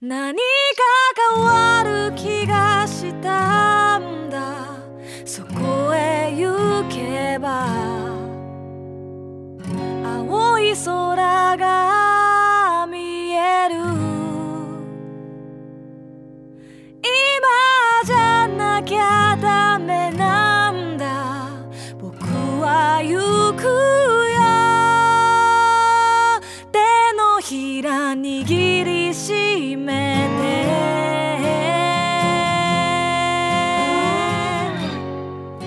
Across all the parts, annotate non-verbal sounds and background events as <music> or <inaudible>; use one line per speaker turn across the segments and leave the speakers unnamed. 何か変わる気がしたんだそこへ行けば青い空が見える今じゃなきゃダメなんだ僕は行くよ手のひら握りしめて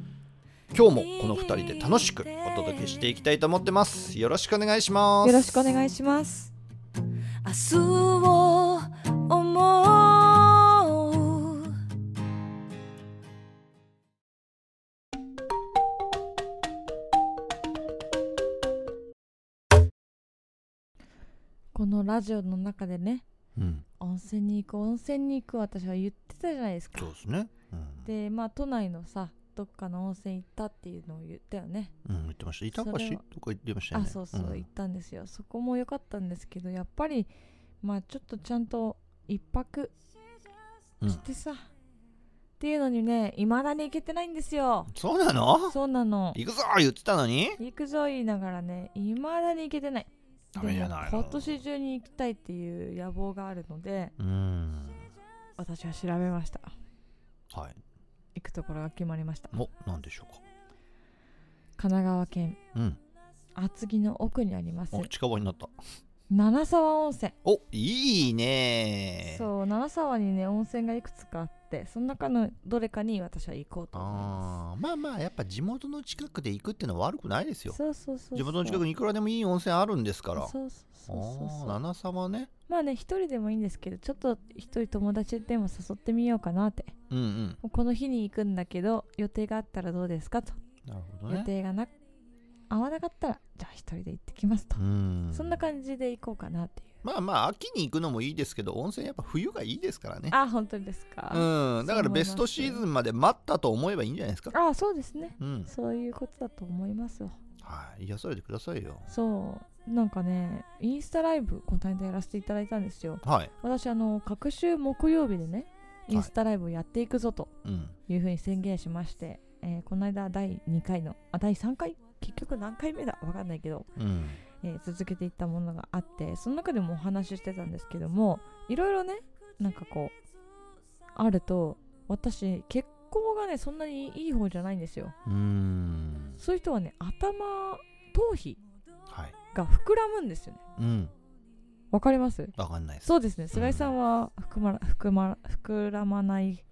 今日もこの2人で楽しくお届けしていきたいと思ってますよろしくお願いします
よろしくお願いします。
明日を思う
このラジオの中でね、
うん、
温泉に行く温泉に行く私は言ってたじゃないですか
そう。ですねうん、
で、まあ都内のさ、どっかの温泉行ったっていうのを言ったよね。
うん、言ってました板橋
それは
とか言ってましたよ
あ、
ね
そうそう、
ん
行ったんですよ。そこも良かったんですけど、やっぱりまあちょっとちゃんと一泊
うん
してさ、っていうのにね、未だに行けてないんですよ。
そうなの
そうなの。
行くぞー言ってたのに
行くぞ言いながらね、未だに行けてない。
ダメじゃない
で
の
も今年中に行きたいっていう野望があるので
うん
私は調べました
はい
行くところが決まりました神
お何でしょうか
奈川県
うん
厚木の奥にあります
お近場になった
七沢温泉
おいいねー
そう七沢にね温泉がいくつかあってその中のどれかに私は行こうと思い
あ
ま
ーまあまあやっぱ地元の近くで行くってのは悪くないです
す
よ
そうそうそうそう
地元の近くにいくらでもいい温泉あるんですから
そうそうそうそう
あー
そう
七様ね
まあね一人でもいいんですけどちょっと一人友達でも誘ってみようかなって
うんうん
もうこの日に行くんだけど予定があったらどうですかと
なるほど
予
ね
定がな合わなかったらじゃあ一人で行ってきますと、
うん
そんな感じで行こうかなっていう
まあまあ秋に行くのもいいですけど温泉やっぱ冬がいいですからね
あ本当にですか、
うんだから
そう思い
ベ
ます
ストシーズンまで待ったと思えばいいんじゃないですか
あそうですね
うん
そういうことだと思いますよ
はい癒されてくださいよ
そうなんかねインスタライブこの間やらせていただいたんですよ
はい
私あの各週木曜日でねインスタライブをやっていくぞと
うん
いうふうに宣言しまして、えーこの間第2回のあ第3回結局何回目だわかんないけど
うん
えー続けていったものがあってその中でもお話ししてたんですけどもいろいろねなんかこうあると私血行がねそんなにいい方じゃないんですよ
うん
そういう人はね頭頭皮
はい
が膨らむんですよね
うん
わかります
わかんないです
そうですね菅井さんは膨まら膨まら膨らまない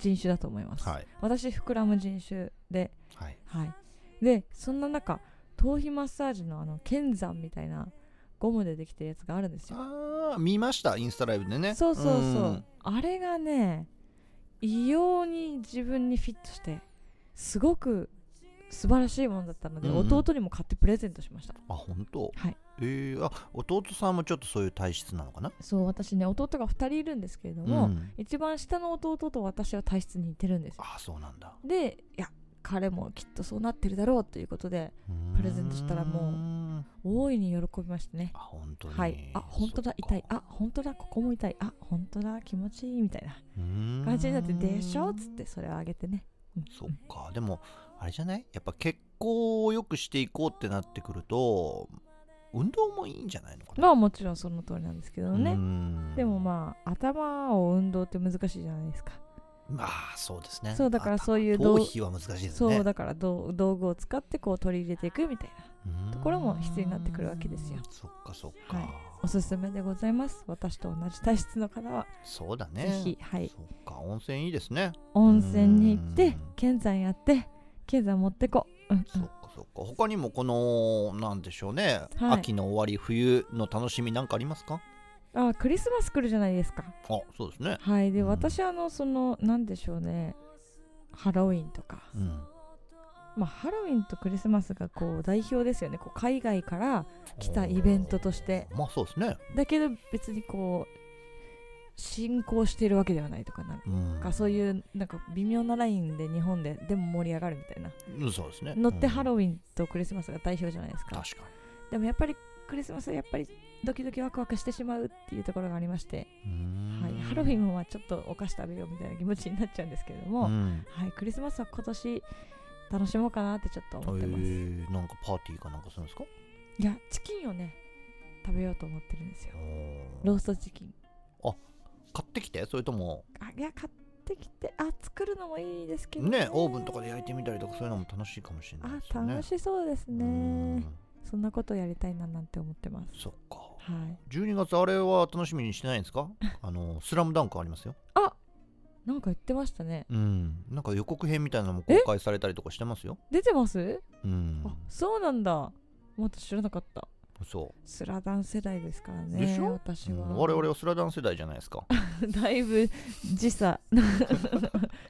人種だと思います、
はい
私膨らむ人種で
はい
はいでそんな中頭皮マッサージのあの剣山みたいなゴムでできてるやつがあるんですよ
ああ見ましたインスタライブでね
そうそうそう、
ん
あれがね異様に自分にフィットしてすごく素晴らしいものだったので、
うんうん
弟にも買ってプレゼントしました
あ本当
はい
えー、あ弟さんもちょっとそういう体質なのかな
そう私ね弟が2人いるんですけれども、
ん、
一番下の弟と私は体質に似てるんですよ
ああそうなんだ
でいや彼もきっとそうなってるだろうということでプレゼントしたらもう
う
大いに喜びましたね
あ本当に
はいあ本当だ
そっか
痛いあ本当だここも痛いあ本当だ気持ちいいみたいな
うーん
感じになってでしょっつってそれをあげてね、うん
そっかでもあれじゃないやっぱ血行を良くしていこうってなってくると運動もいいんじゃないのかな
まあもちろんその通りなんですけどね、でも
あ
まあ頭を運動って難しいじゃないですか、
まあそうですね
そうだからそういう
頭
どう
頭皮は難しいですね
そうだから道道具を使ってこう取り入れていくみたいなところも必要になってくるわけですよ
うーんそっかそっか、
はいおすすめでございます私と同じ体質の方は
そうだね
ぜひ、はい
そっか温泉いいですね
温泉に行っ
う
て
ん
剣山やって剣山持ってこう、うんう
そっ
ん
かそっか他にもこのなんでしょうね、
はい
秋の終わり冬の楽しみなんかありますか
あクリスマス来るじゃないですか
あそうですね
はいで、
うん
私あのそのなんでしょうねハロウィンとか
うん
まあハロウィンとクリスマスがこう代表ですよねこう海外から来たイベントとして
まあそうですね
だけど別にこう進行してるわけではないとかなん
うん
かそういうなんか微妙なラインで日本ででも盛り上がるみたいな
うんそうですね
乗ってハロ
ウ
ウィンとクリスマスが代表じゃないですか
確か
でもやっぱりクリスマスはやっぱりドキドキワクワクしてしまうっていうところがありまして、
にうん
はい、ハロウィンはちょっとお菓子食べようみたいな気持ちになっちゃうんですけれども、
うん
はい、クリスマスは今年楽しもうかなってちょっと
え
思ってます、
ー、なんかパーティーかなんかするんですか
いやチキンをね食べようと思ってるんですよ
おー
ローストチキン
買ってきてそれとも
あいや買ってきてあ作るのもいいですけどね
ねオーブンとかで焼いてみたりとかそういうのも楽しいかもしれない
あ
ですよね
楽しそうです
う
ね
ん
そんなことやりたいななんて思ってます
そっか
はい
12月あれは楽しみにしてないんですかあのスラムダンクありますよ
なんか言ってましたね
うんなんか予告編みたいなのも公開されたりとかしてますよ
出てます
うん
あそうなんだもっと知らなかった
そ
スラダン世代ですからね
でしょ
私
う、う
は、
ん、我々はスラダン世代じゃないですか
<laughs> だいぶ時差 <laughs>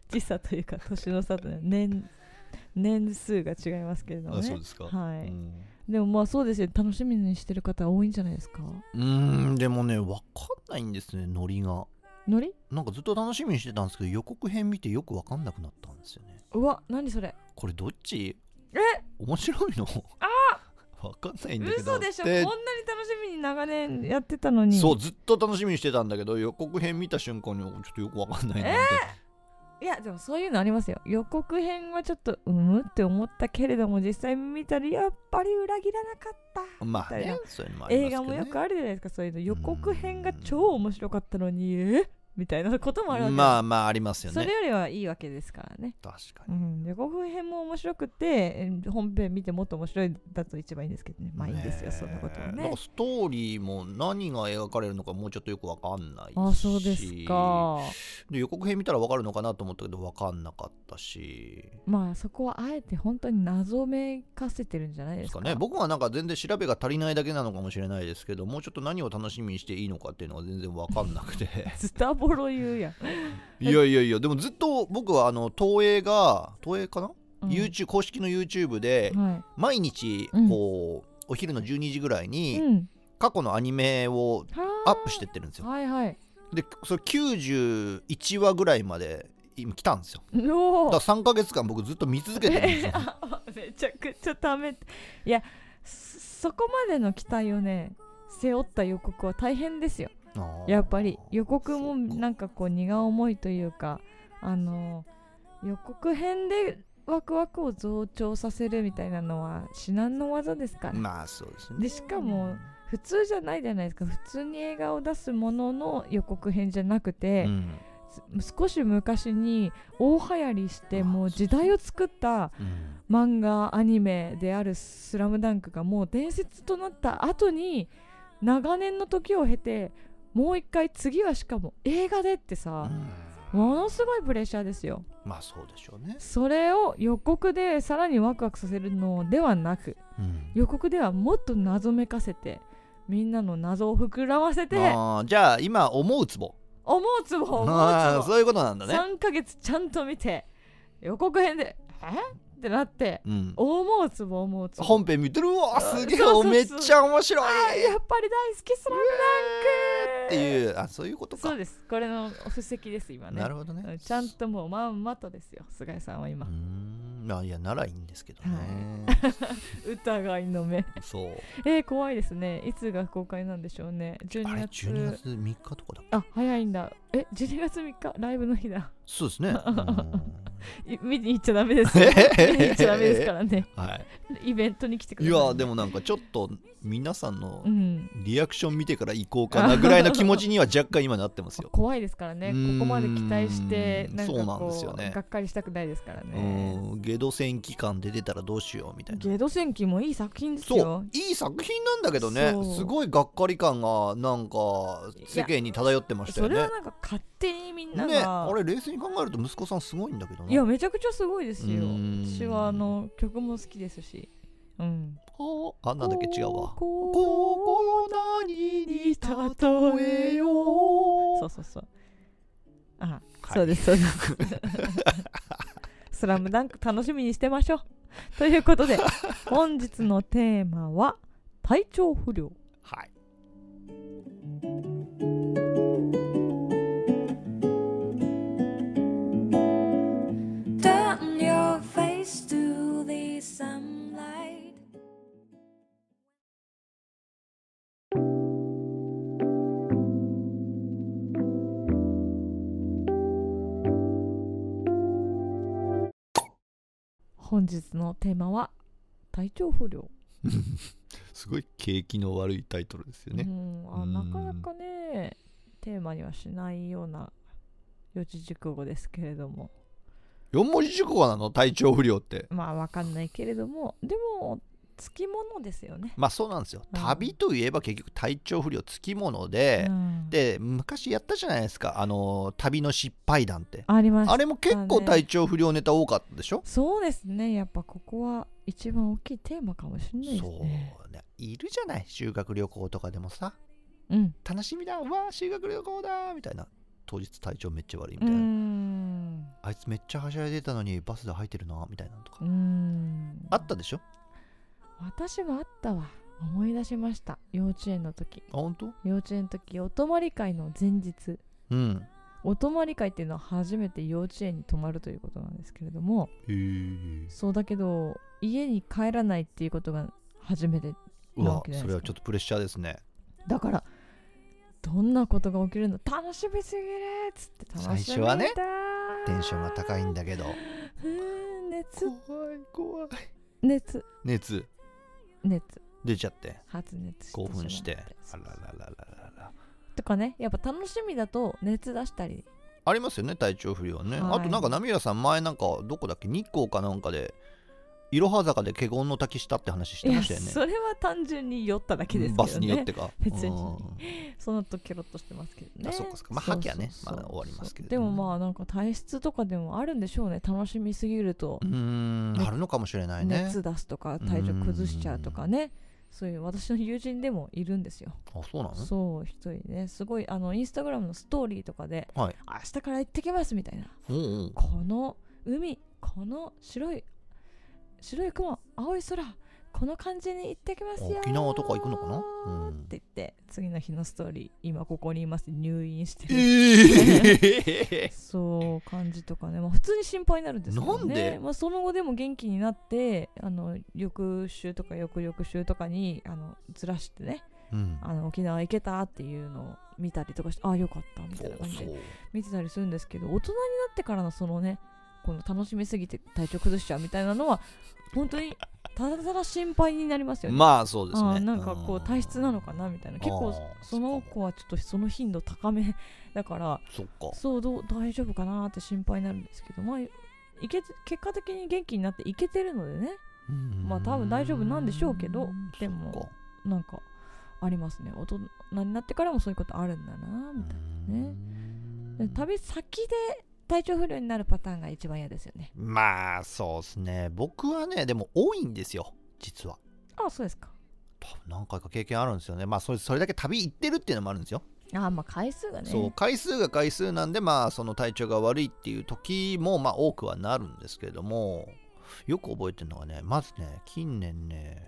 時差というか年の差とね年年数が違いますけれども
あそう
ね
ですか
はい
うん
でもまあそうですよ楽しみにしてる方多いんじゃないですか
うーんでもね分かんないんですねノリが
のり
なんかずっと楽しみにしてたんですけど予告編見てよく分かんなくなったんですよね
うわ何それ
これどっち
え
面白いのあ <laughs> わかんないんだけど
嘘でしょこんな
で
に楽しみに長年やってたのに
そうずっと楽しみにしてたんだけど予告編見た瞬間にちょっとよくわかんないなって、
いやでもそういうのありますよ予告編はちょっとうむって思ったけれども実際見たらやっぱり裏切らなかった
まあ
みたい
ね
な
そういうのもありますけ
映
ど、
画
ね、
もよくあるじゃないですかそういうの予告編が超面白かったのにえ <laughs> みたいなこともあるわけです
まあまあありますよ
それ
ね
よりはいいわけですからね、
確か
う
に
ん、予告編も面白くてえー本編見てもっと面白いだと一番いいんですけどねまあいいんですよ、
ねえ
そんなことは
なん
ね
かストーリーも何が描かれるのかもうちょっとよくわかんないし
あそうですか
で予告編見たらわかるのかなと思ったけどわかんなかったし
まあそこはあえて本当に謎めかせてるんじゃない
で
ですす
か
か
ね僕はなんか全然調べが足りないだけなのかもしれないですけどもうちょっと何を楽しみにしていいのかっていうのが全然わかんなくて
<laughs> ズタボロ言うやん、
いやいやいやでもずっと僕はあの東映が東映かな、
うん
YouTube 公式の YouTube で
は
毎日
うん
こう、お昼の12時ぐらい
い、
に
うん、
過去のアニメをアップしてってるんですよ
はいはい
でそれ91話ぐらいまで今来たんですよ
うお
だ
ー
から3ヶ月間僕ずっと見続けてるんですよ
あ <laughs> めちゃくちゃためていやそそこまでの期待をね背負った予告は大変ですよ
あー
<laughs> やっぱり予告も
そうか
なんかこう荷が重いというかあの予告編でワクワクを増長させるみたいなのは至難の技ですから、
まあそうですね
でしかも普通じゃないじゃないですか普通に映画を出すものの予告編じゃなく
う
て、
ん
す少し昔に大流行りして
まあ
もう
そうそう
時代を作った
うん
漫画アニメである「スラムダンクがもう伝説となった後に長年の時を経てもう一回次はしかも映画でってさ、ものすごいプレッシャーですよ
まあそうでしょうね、
それを予告でさらにワクワクさせるのではなく
うん
予告ではもっと謎めかせてみんなの謎を膨らませて
あーじゃあ今思うツボ
思うつぼ思うつぼ
あーそういうことなんだね、
3ヶ月ちゃんと見て予告編で「えっ?」てなって
うん、
思うつぼ思うつぼ
本編見てるうわ
そう
すげえ
そうそう
めっちゃ面白い
やっぱり大好きスラムダンク
っていうあそういうこと
そ
か
うですこれの布石です今ね
なるほどね、
うんちゃんともうまんまとですよ菅井さんは
うー
今
んまあいやならいいんですけどね、
疑いの目
そう
<laughs> えー、怖いですねいつが公開なんでしょうね
あれ
12月
12月3日とかだ
あ早いんだえ12月3日ライブの日だ
そう
<laughs>
ですね、うん
い見に行っちゃダ
<laughs>
メです見に行っちゃダメですからね
は
イベントに来てく
い、
だ
い
さ
や
いね、
ーでもなんかちょっと皆さんの
うん
リアクション見てから行こうかなぐらいの気持ちには若干今なってますよ
怖いですからね
うーん
ここまで期待してなんか
そうなん
こ
ですよ
う
ね
がっかりしたくないですから <laughs> ね
うんゲド戦期間で出たらどうしようみたいな
ゲド戦記もいい作品です
そ
よ
ういい作品なんだけどね
そう
すごいがっかり感がなんか世間に漂ってました
そ
よ
れは
ね
なんか勝手にみんな
ねあ
が、
れ冷静に考えると息子さんすごいんだけどない
やめちゃくちゃすごいです
う
よ
ーん
私はあの曲も好きですしうん
はあなんだっけ違うわ
ここ
ここ何に例えよ
そううそうそうあ、
はい
そうですそうです
<laughs>
スラムダンク楽しみにしてましょうということで本日のテーマは体調不良
はい
「Turn your face to the sunlight」
本日のテーマは体調不良、
すごい景気の悪いタイトルですよ
う
ね、
んあ
うん
なかなかねテーマにはしないような四字熟語ですけれども
四文字熟語なの体調不良って
まあわかんないけれどもでもつきものですよね、
まあそうなんですよ、
うん
旅といえば結局体調不良つきもので、
うん
で昔やったじゃないですかあの旅の失敗談って
あります
あれも結構体調不良ネタ多かったでしょ
そうですねやっぱここは一番大きいテーマかもしれないです
そ
ね
うねいるじゃない修学旅行とかでもさ
うん
楽しみだうわー修学旅行だーみたいな当日体調めっちゃ悪いみた
う
いな、
ん
あいつめっちゃはしゃいでたのにバスで入ってるなみたいなのとか、
うん
あったでしょ
私もあったわ思い出しました幼稚園の時
あ本当
幼稚園の時お泊まり会の前日
うん
お泊まり会っていうのは初めて幼稚園に泊まるということなんですけれども
へえ
そうだけど家に帰らないっていうことが初めて
う
な
わ
わけじゃ
そ
ないですか
れはちょっとプレッシャーですね
だからどんなことが起きるの楽しみすぎるっつって楽しみだ
最初はねテンションが高いんだけど
うーん熱
怖い怖い
熱
熱
熱
出ちゃって
発熱して
興奮してあ
し
ら
ま
ら
って
らららら
とかねやっぱ楽しみだと熱出したり
ありますよね体調不良ね、
は
あ
い
となんか浪浦さん前なんかどこだっけ日光かなんかでいろは坂で華厳の滝したって話してましたよね
いや <laughs> それは単純に酔っただけですけど
バ
ね
スによってかう
別に
ん
そのとケロッとしてますけどね
あそうかそうかまあ
そう
吐きゃね
そうそう
まあ終わりますけれ
で
ども
も
ね
まあなんか体質とかでもあるんでしょうね楽しみすぎると
うーん、
ね
あるのかもしれないね
熱。出すとか体調崩しちゃうとかねそういう私の友人でもいるんですよ
あ、そうなの
そう一人ねすごいあのインスタグラムのストーリーとかで
はい。
明日から行ってきますみたいな
うんうん。
この海この白い白い雲青い空この感じに行ってきますよ
沖縄とか行くのかなうん
って言って次の日のストーリー今ここにいます入院してる、
え
そう感じとかね、まあ、普通に心配になるんですけどね
なんで
まあ、その後でも元気になってあの翌週とか翌々週とかにあのずらしてね
うん。
あの沖縄行けたっていうのを見たりとかしてああよかったみた
そ
いな
う
感じ
そ
で
う。
見てたりするんですけど大人になってからのそのねこの楽しみすぎて体調崩しちゃうみたいなのは本当にただただ心配になりますよね。
まあそうです
あ
ね。
ーなんかこう
うん
体質なのかなみたいな結構
あー
その子はちょっとその頻度高めだから
そっか。
そうどう大丈夫かなって心配になるんですけどまあいけて結果的に元気になっていけてるのでね
うん
まあ多分大丈夫なんでしょうけどでも
そっか
なんかありますね大人になってからもそういうことあるんだなみたい
う
な、
ん
で旅先で体調不良になるパターンが一番嫌ですよね
まあそうですね。僕はね、でも多いんですよ、実は。
あそうですか
多分何回か経験あるんですよね。まあそれそれだけ旅行ってるっていうのもあるんですよ。
あまあ回数がね
そう回数が回数なんでまあその体調が悪いっていう時もまあ多くはなるんですけれどもよく覚えてるのがねまずね近年ね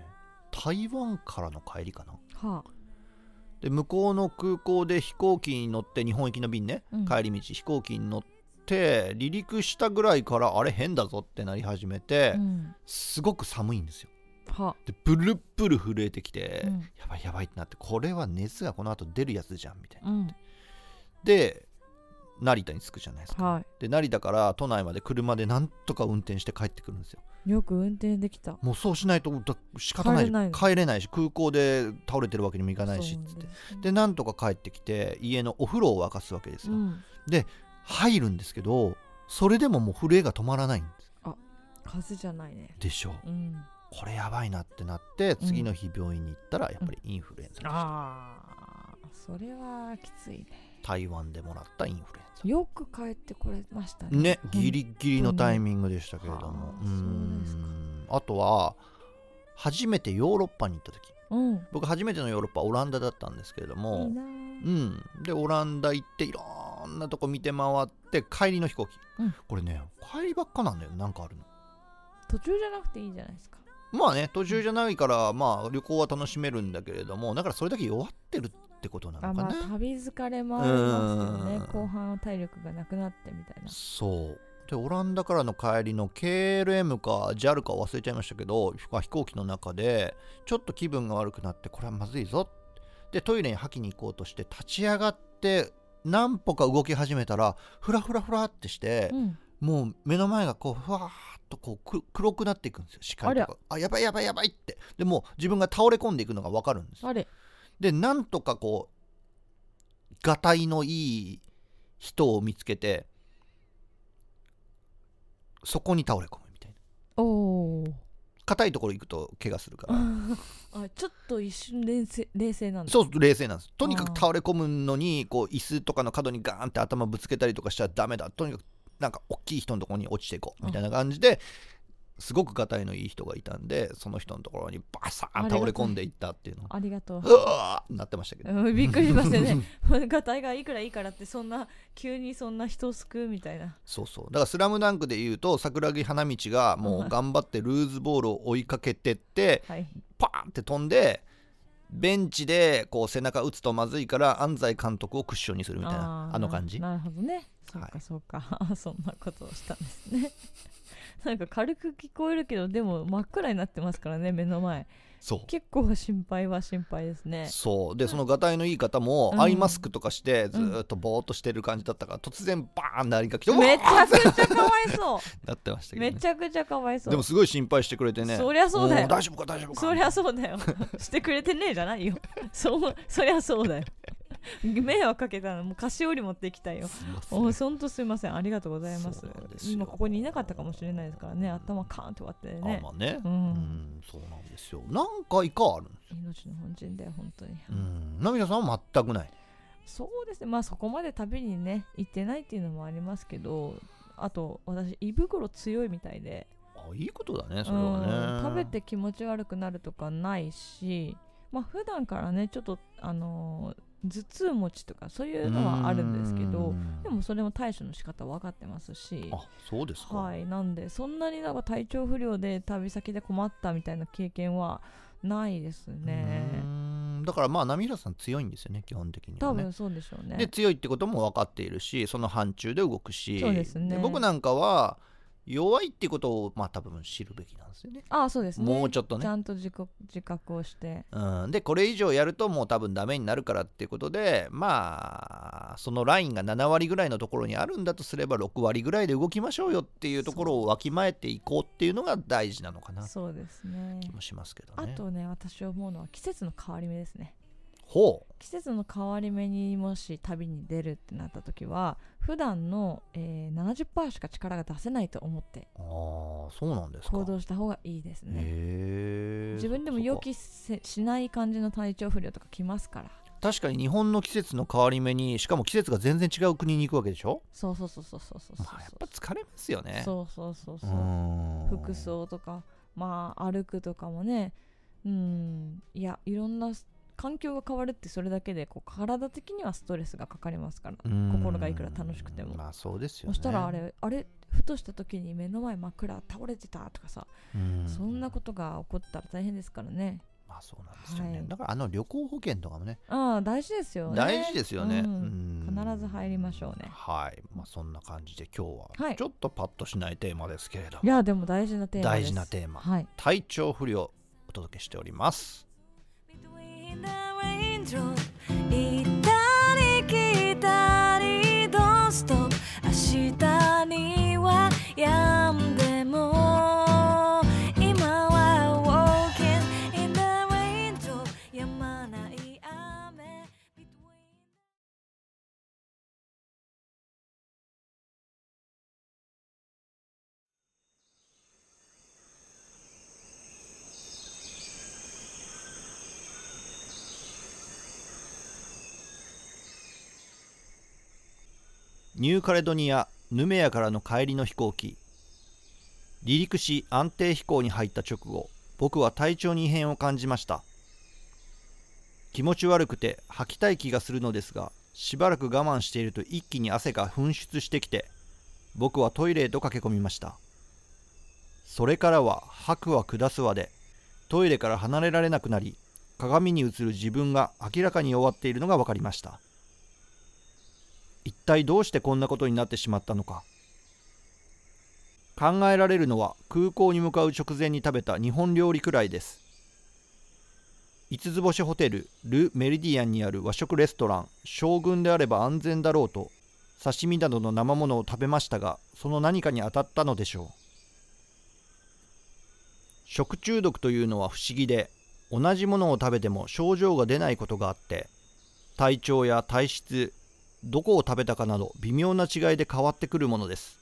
台湾からの帰りかな
はあ
で向こうの空港で飛行機に乗って日本行きの便ね、
うん
帰り道飛行機に乗って離陸したぐらいからあれ変だぞってなり始めて、
うん
すごく寒いんですよ
は
でブルッブル震えてきて、
うん
やばいやばいってなってこれは熱がこの後出るやつじゃんみたいな
あうん
で成田に着くじゃないですか、
は
で成田から都内まで車でなんとか運転して帰ってくるんですよ
いよく運転できた
もうそうしないとだ仕方ないじゃん帰れないし空港で倒れてるわけにもいかないしっつってで,、
そうなん
なんとか帰ってきて家のお風呂を沸かすわけですす
ね
よ、
うん
入るんですけどそれでももう震えが止まらないんです
風じゃないね
でしょう
うん
これやばいなってなって次の日病院に行ったらやっぱりインフルエンザでした、
ああそれはきついね
台湾でもらったインフルエンザ
よく帰ってこれましたね
ねギリギリのタイミングでしたけれど
は
も
あ
うーん
そうですか
あとは初めてヨーロッパに行った時
うん
僕初めてのヨーロッパはオランダだったんですけれど
いい
も
な
うんでオランダ行っていろんなとこ見て回って帰りの飛行機、
うん
これね帰りばっかなんだよなんかあるの
途中じゃなくていいじゃないですか
まあね途中じゃないからまあ旅行は楽しめるんだけれどもだからそれだけ弱ってるってことな
あ
のか
まあ
ね
旅疲れもありますよね
うん
後半は体力がなくなってみたいな
そうでオランダからの帰りの KLM か JAL か忘れちゃいましたけど飛行機の中でちょっと気分が悪くなってこれはまずいぞでトイレに吐きに行こうとして立ち上がって何歩か動き始めたらフラフラフラってして、
うん
もう目の前がこうふわーっとこうく黒くなっていくんですよ視界とかあやばいやばいやばいってでもう自分が倒れ込んでいくのが分かるんですよ
あれ
でなんとかこうがたいのいい人を見つけてそこに倒れ込むみたいな
おー
硬いところ行くと怪我するから、
<laughs> あちょっと一瞬冷静冷静なんだ
そうすると冷静なんですとにか
あ
く
ー
倒れ込むのにこう椅子とかの角にガーンって頭ぶつけたりとかしたらダメだとにかくなんか大きい人のところに落ちていこうみたいな感じですごくがたいのいい人がいたんでその人のところにバサーン倒れ込んでいったっていうの
ありがとう
うわーなってましたけど、
うんびっくりしまし
<laughs>
たねガタイがいくらいいからってそんな急にそんな人を救うみたいな
そうそうだから「スラムダンクで言うと桜木花道がもう頑張ってルーズボールを追いかけてって
はい
パーンって飛んでベンチでこう背中打つとまずいから安西監督をクッションにするみたいな
ー
あの感じ
なるほどねそう
はい
かそうか、 <laughs> あそんなことをしたんですね <laughs> なんか軽く聞こえるけどでも真っ暗になってますからね目の前
そう
結構心配は心配ですね
そうでそのがたいのいい方も
うん
アイマスクとかしてずーっとぼーっとしてる感じだったから突然バーンなりが来てうわ
めち
ー
ゃくちゃかわい
<laughs>
そ
なってました
う
けど、
め
ね、
ちゃくちゃかわいそう
でもすごい心配してくれてね
そりゃそうだよ
ん大丈夫か大丈夫か
そりゃそうだよ <laughs> してくれてねえじゃないよそうそりゃそうだよ <laughs> 迷惑かけたらもう菓子折り持っていきたいよ
すいません
おそんとすいませんありがとうございます
そうなんですよ
今ここにいなかったかもしれないですからね頭カーンと割って
あ
ね
まあね
う
うんんそうなんですよ何回かあるんですよ
命の本陣だよ本当に、
うん涙さんは全くない
そうですねまあそこまで旅にね行ってないっていうのもありますけどあと私胃袋強いみたいで、
あいいことだねそれ
うん
はね
食べて気持ち悪くなるとかないしまあ普段からねちょっとあのー頭痛持ちとかそういうのはあるんですけ
う
ど
ん
でもそれも対処の仕方分かってますし
あそうですか、
はいなんでそんなになんか体調不良で旅先で困ったみたいな経験はないですね
うんだからまあ涙さん強いんですよね基本的に
多
はね
分そうでしょうね
で強いってことも分かっているしその範疇で動くし
そうですね
僕なんかは弱いってことをまあ多分知るべきなんですよね
ああそうですね
もうちょっと
ち
ね
ゃ、んと自己自覚をして
うん、でこれ以上やるともう多分ダメになるからっていうことでまあそのラインが7割ぐらいのところにあるんだとすれば6割ぐらいで動きましょうよっていうところをわきまえていこうっていうのが大事なのかな
そうですね
気もしますけど
あ
ね
とね私思うのは季節の変わり目ですね
ほう
季節の変わり目にもし旅に出るってなった時は普段の、えー、70%しか力が出せないと思って
あーそうなんですか
行動した方がいいですね
へえ
自分でも予期せしない感じの体調不良とか来ますから
確かに日本の季節の変わり目にしかも季節が全然違う国に行くわけでしょ
そうそうそうそうそうそうそう
まあやっぱ疲れますよね
そうそうそうそう
うーん
服装とかまあ歩くとかもねうんいやいろんな環境が変わるってそれだけでこう体的にはストレスがかかりますから
うーん
心がいくら楽しくても
まあそうですよ
そ
ね
したらあれあれふとした時に目の前真っ暗倒れてたとかさ、
うん
そんなことが起こったら大変ですからね
まあそうなんですよね、
はい
だからあの旅行保険とかもね
ああ大事ですよね
大事ですよね、
うん
うん
必ず入りましょうね
はいまあそんな感じで今日
は
はいちょっとパッとしないテーマですけれども、
いやでも大事なテーマで
大
す
事なテーマ
はい
体調不良お届けしております
Between the raindrops 行ったり来たり Don't stop 明日には止んでも今は Walking in the raindrops 止まない雨 Between
ニューカレドニア・ヌメアからの帰りの飛行機離陸し安定飛行に入った直後僕は体調に異変を感じました気持ち悪くて吐きたい気がするのですがしばらく我慢していると一気に汗が噴出してきて僕はトイレへと駆け込みましたそれからは吐くは下すはでトイレから離れられなくなり鏡に映る自分が明らかに弱っているのが分かりました一体どうしてこんなことになってしまったのか考えられるのは空港に向かう直前に食べた日本料理くらいです五つ星ホテルル・メリディアンにある和食レストラン将軍であれば安全だろうと刺身などの生ものを食べましたがその何かに当たったのでしょう食中毒というのは不思議で同じものを食べても症状が出ないことがあって体調や体質どこを食べたかなど微妙な違いで変わってくるものです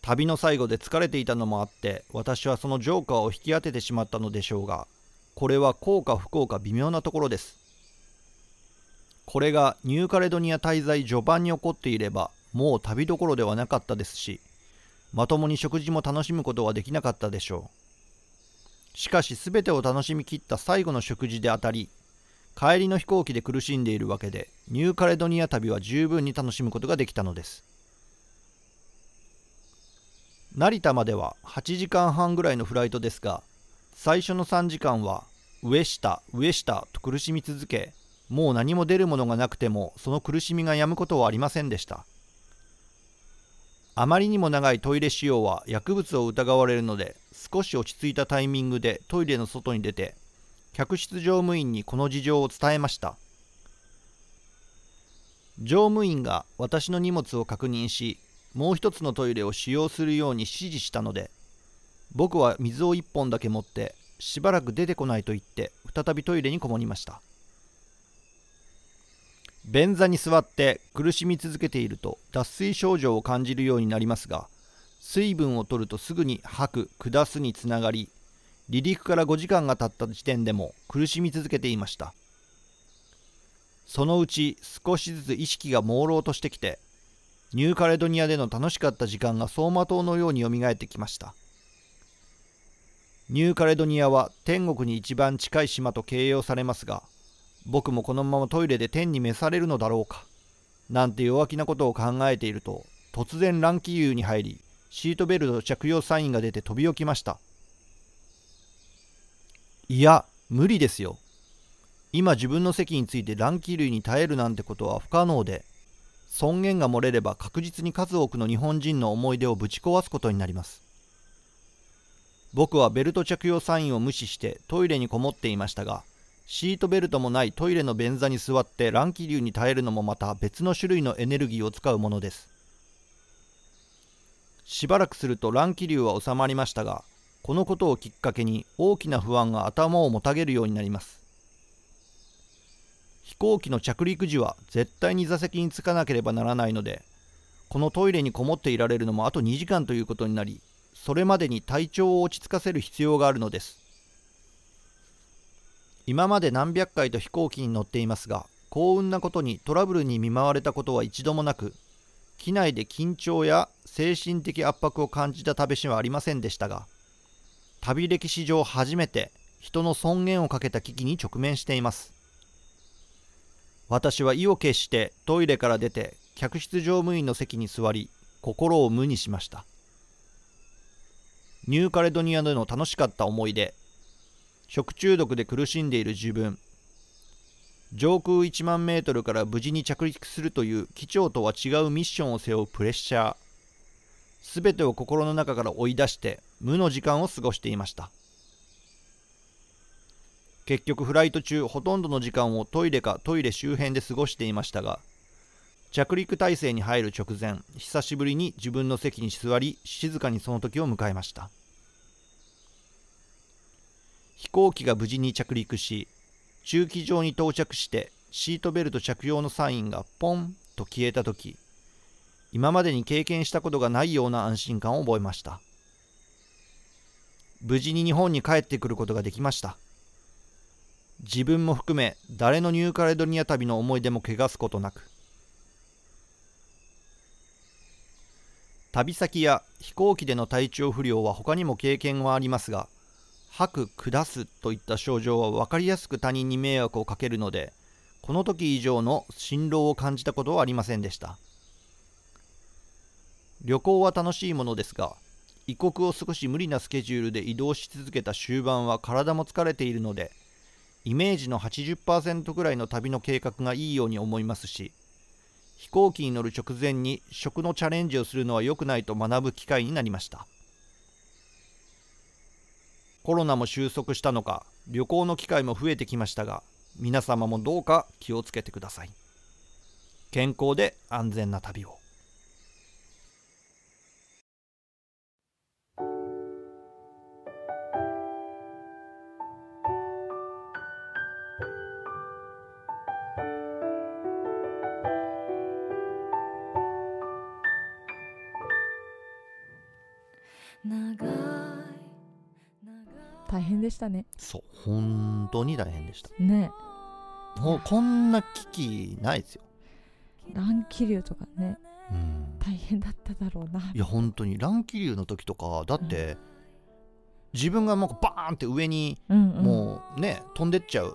旅の最後で疲れていたのもあって私はそのジョーカーを引き当ててしまったのでしょうがこれは幸か不幸か微妙なところですこれがニューカレドニア滞在序盤に起こっていればもう旅どころではなかったですしまともに食事も楽しむことはできなかったでしょうしかし全てを楽しみきった最後の食事であたり帰りの飛行機で苦しんでいるわけでニューカレドニア旅は十分に楽しむことができたのです成田までは8時間半ぐらいのフライトですが最初の3時間は上下上下と苦しみ続けもう何も出るものがなくてもその苦しみがやむことはありませんでしたあまりにも長いトイレ使用は薬物を疑われるので少し落ち着いたタイミングでトイレの外に出て客室乗務員にこの事情を伝えました乗務員が私の荷物を確認しもう一つのトイレを使用するように指示したので僕は水を一本だけ持ってしばらく出てこないと言って再びトイレにこもりました便座に座って苦しみ続けていると脱水症状を感じるようになりますが水分を取るとすぐに吐く下すにつながり離陸から5時間が経った時点でも苦しみ続けていましたそのうち少しずつ意識が朦朧としてきてニューカレドニアでの楽しかった時間が走馬灯のようによみがえってきましたニューカレドニアは天国に一番近い島と形容されますが僕もこのままトイレで天に召されるのだろうかなんて弱気なことを考えていると突然乱気流に入りシートベルト着用サインが出て飛び起きましたいや無理ですよ今自分の席について乱気流に耐えるなんてことは不可能で尊厳が漏れれば確実に数多くの日本人の思い出をぶち壊すことになります僕はベルト着用サインを無視してトイレにこもっていましたがシートベルトもないトイレの便座に座って乱気流に耐えるのもまた別の種類のエネルギーを使うものですしばらくすると乱気流は収まりましたがこのことをきっかけに大きな不安が頭をもたげるようになります飛行機の着陸時は絶対に座席に着かなければならないのでこのトイレにこもっていられるのもあと2時間ということになりそれまでに体調を落ち着かせる必要があるのです今まで何百回と飛行機に乗っていますが幸運なことにトラブルに見舞われたことは一度もなく機内で緊張や精神的圧迫を感じた試しはありませんでしたが旅歴史上初めて人の尊厳をかけた危機に直面しています私は意を決してトイレから出て客室乗務員の席に座り心を無にしましたニューカレドニアでの楽しかった思い出食中毒で苦しんでいる自分上空1万メートルから無事に着陸するという機長とは違うミッションを背負うプレッシャーすべてを心の中から追い出して無の時間を過ごしていました結局フライト中ほとんどの時間をトイレかトイレ周辺で過ごしていましたが着陸態勢に入る直前久しぶりに自分の席に座り静かにその時を迎えました飛行機が無事に着陸し駐機場に到着してシートベルト着用のサインがポンと消えた時今までに経験したことがないような安心感を覚えました無事に日本に帰ってくることができました自分も含め誰のニューカレドニア旅の思い出も汚すことなく旅先や飛行機での体調不良は他にも経験はありますが吐く下すといった症状は分かりやすく他人に迷惑をかけるのでこの時以上の辛労を感じたことはありませんでした旅行は楽しいものですが異国を少し無理なスケジュールで移動し続けた終盤は体も疲れているのでイメージの80%ぐらいの旅の計画がいいように思いますし飛行機に乗る直前に食のチャレンジをするのは良くないと学ぶ機会になりましたコロナも収束したのか旅行の機会も増えてきましたが皆様もどうか気をつけてください健康で安全な旅を
長い
大変でしたね
そう本当に大変でした
ね
もうこんな危機ないですよ
乱気流とかね
うん
大変だっただろうない
や本当に乱気流の時とかだって自分がもうバーンって上に
うんうん
もうね、飛んでっちゃう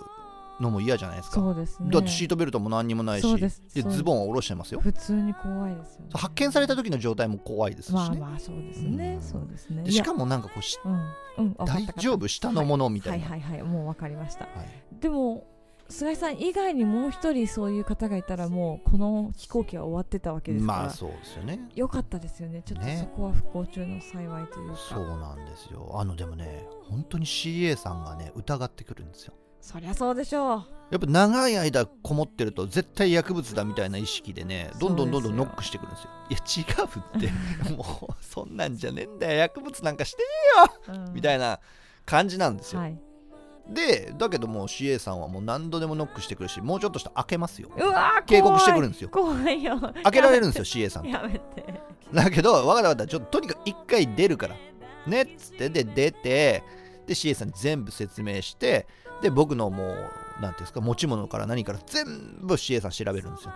のも嫌じゃないですか
そうですね
だってシートベルトも何にもない
そ
し
うです
で
そうです
ズボンは下ろしてますよ
普通に怖いですよね
発見された時の状態も怖いですしね、
まあまあそうですね、
うん
そうですね
でしかもなんかこうし
いやうんうんわかった
大
わかった
丈夫下のものみたいな、
はいはいはいもうわかりました
はい
でも菅井さん以外にもう一人そういう方がいたらもうこの飛行機は終わってたわけですから、
まあそうですよね
よかったですよねちょっと
ね
そこは不幸中の幸いというか
そうなんですよあのでもね本当に CA さんがね疑ってくるんですよ
そりゃそうでしょう
やっぱ長い間こもってると絶対薬物だみたいな意識でねどんどんどんどんノックしてくるんですよいや違うって
<laughs>
もうそんなんじゃねえんだよ薬物なんかしてね
うん、
みた
い
いな感じなんですよ、
はい、
でだけどもう CA さんはもう何度でもノックしてくるしもうちょっとしたら開けますよ
うわー
警告してくるんですよ
怖いよ
開けられるんですよ CA さん
<laughs> やめて
だけどわかったわかったちょっととにかく一回出るからねっつってで出てで CA さんに全部説明してで僕のもう何ていうんですか持ち物から何から全部 CA さん調べるんですよ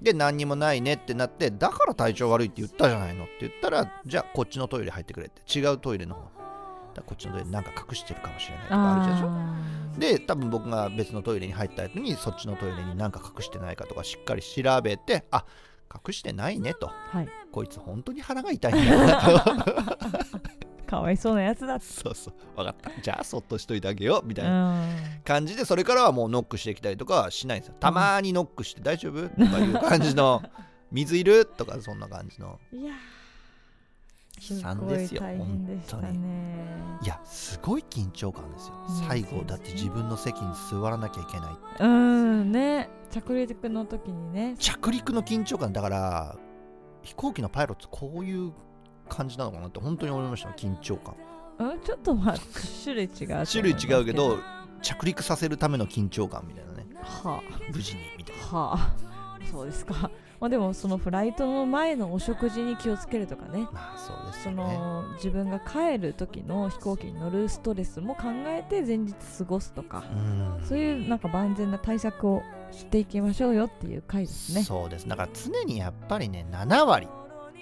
で何にもないねってなってだから体調悪いって言ったじゃないのって言ったらじゃあこっちのトイレ入ってくれって違うトイレの方だからこっちのトイレなんか隠してるかもしれないとかあるじゃん
あ
で多分僕が別のトイレに入った後にそっちのトイレに何か隠してないかとかしっかり調べてあ隠してないねと
ーはい
こいつ本当に腹が痛いんだ <laughs> なと
かわいそうなやつだって
そうそう分かったじゃあそっとしといてあげようみたいな
う
感じでそれからはもうノックしてきたりとかはしないんですよたまーにノックして大丈夫とかいう感じの水いるとかそんな感じの
んいやー
悲惨ですよ
ごい大変でした
本当
ね
いやすごい緊張感ですよ
うん
最後だって自分の席に座らなきゃいけない
うんね着陸の時にね
着陸の緊張感だから飛行機のパイロットこういう感じなのかなって本当に思いました緊張感
うんちょっとまあ種類違うと思います
種類違うけど着陸させるための緊張感みたいなね
は
無事にみたい
あはあそうですかまあでもそのフライトの前のお食事に気をつけるとかね
なまあそうです
そ
よね
の自分が帰る時の飛行機に乗るストレスも考えて前日過ごすとか
うん
そういうなんか万全な対策をしていきましょうよっていう回ですね
そうですだから常にやっぱりね7割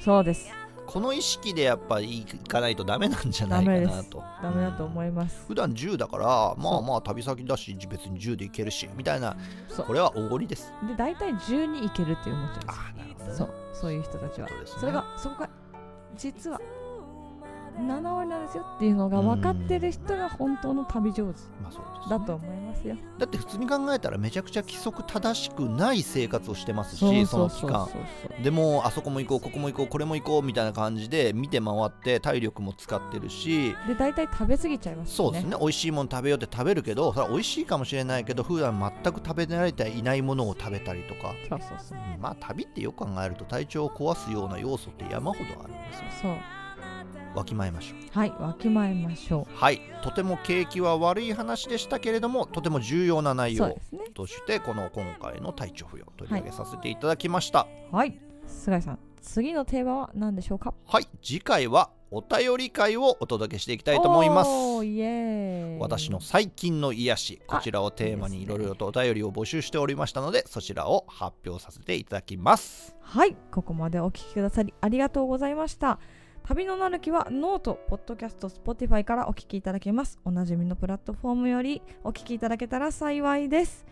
そうです
この意識でやっぱりいかないとダメなんじゃないか
ダメ
な
です
と
ダメだと思
うん
います
普段10だからまあまあ旅先だし別に10で行けるしみたいな
そう
これはおごりです
で大体12いけるって思っちゃうんです
ああなるほどね
そうそういう人たちは
そうですね
それがそこが実は7割なんですよっていうのが分かってる人が本当の旅上手
まあそうですね
だと思いますよ
だって普通に考えたらめちゃくちゃ規則正しくない生活をしてますしその期間でもあそこも行こうここも行こうこれも行こうみたいな感じで見て回って体力も使ってるし
で大体食べ過ぎちゃいます
そ
よ
うです
ね
ね美味しいもの食べようって食べるけどそれは美味しいかもしれないけど普段全く食べられていないものを食べたりとか
そうそうそう
うんまあ旅ってよく考えると体調を壊すような要素って山ほどあるんですよ
そう
わきまえましょう
はいわきまえましょ
はいとても景気は悪い話でしたけれどもとても重要な
う
内
そ
容
うですね
としてこの今回の体調不良取り上げさせていただきましたはい、
はい菅井さん次のテーマは何でしょうか
次回はお便り会をお届けしていきたいと思います
おーイエーイ
私の最近の癒しこちらをテーマに
いい
い
で
ろ
すね
いろとお便りを募集しておりましたのでそちらを発表させていただきます
はいここまでお聞きくださりありがとうございました旅のなるきはノート、ポッドキャスト、Spotify からお聞きいただけます。おなじみのプラットフォームよりお聞きいただけたら幸いです。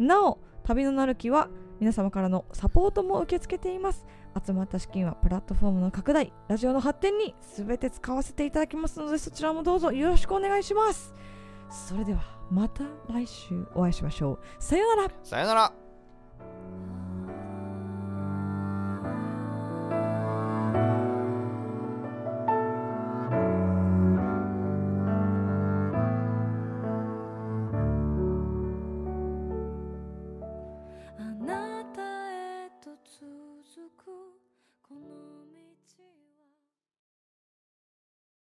なお、旅のなるきは皆様からのサポートも受け付けています。集まった資金はプラットフォームの拡大、ラジオの発展に全て使わせていただきますので、そちらもどうぞよろしくお願いします。それではまた来週お会いしましょう。さようなら。
さよなら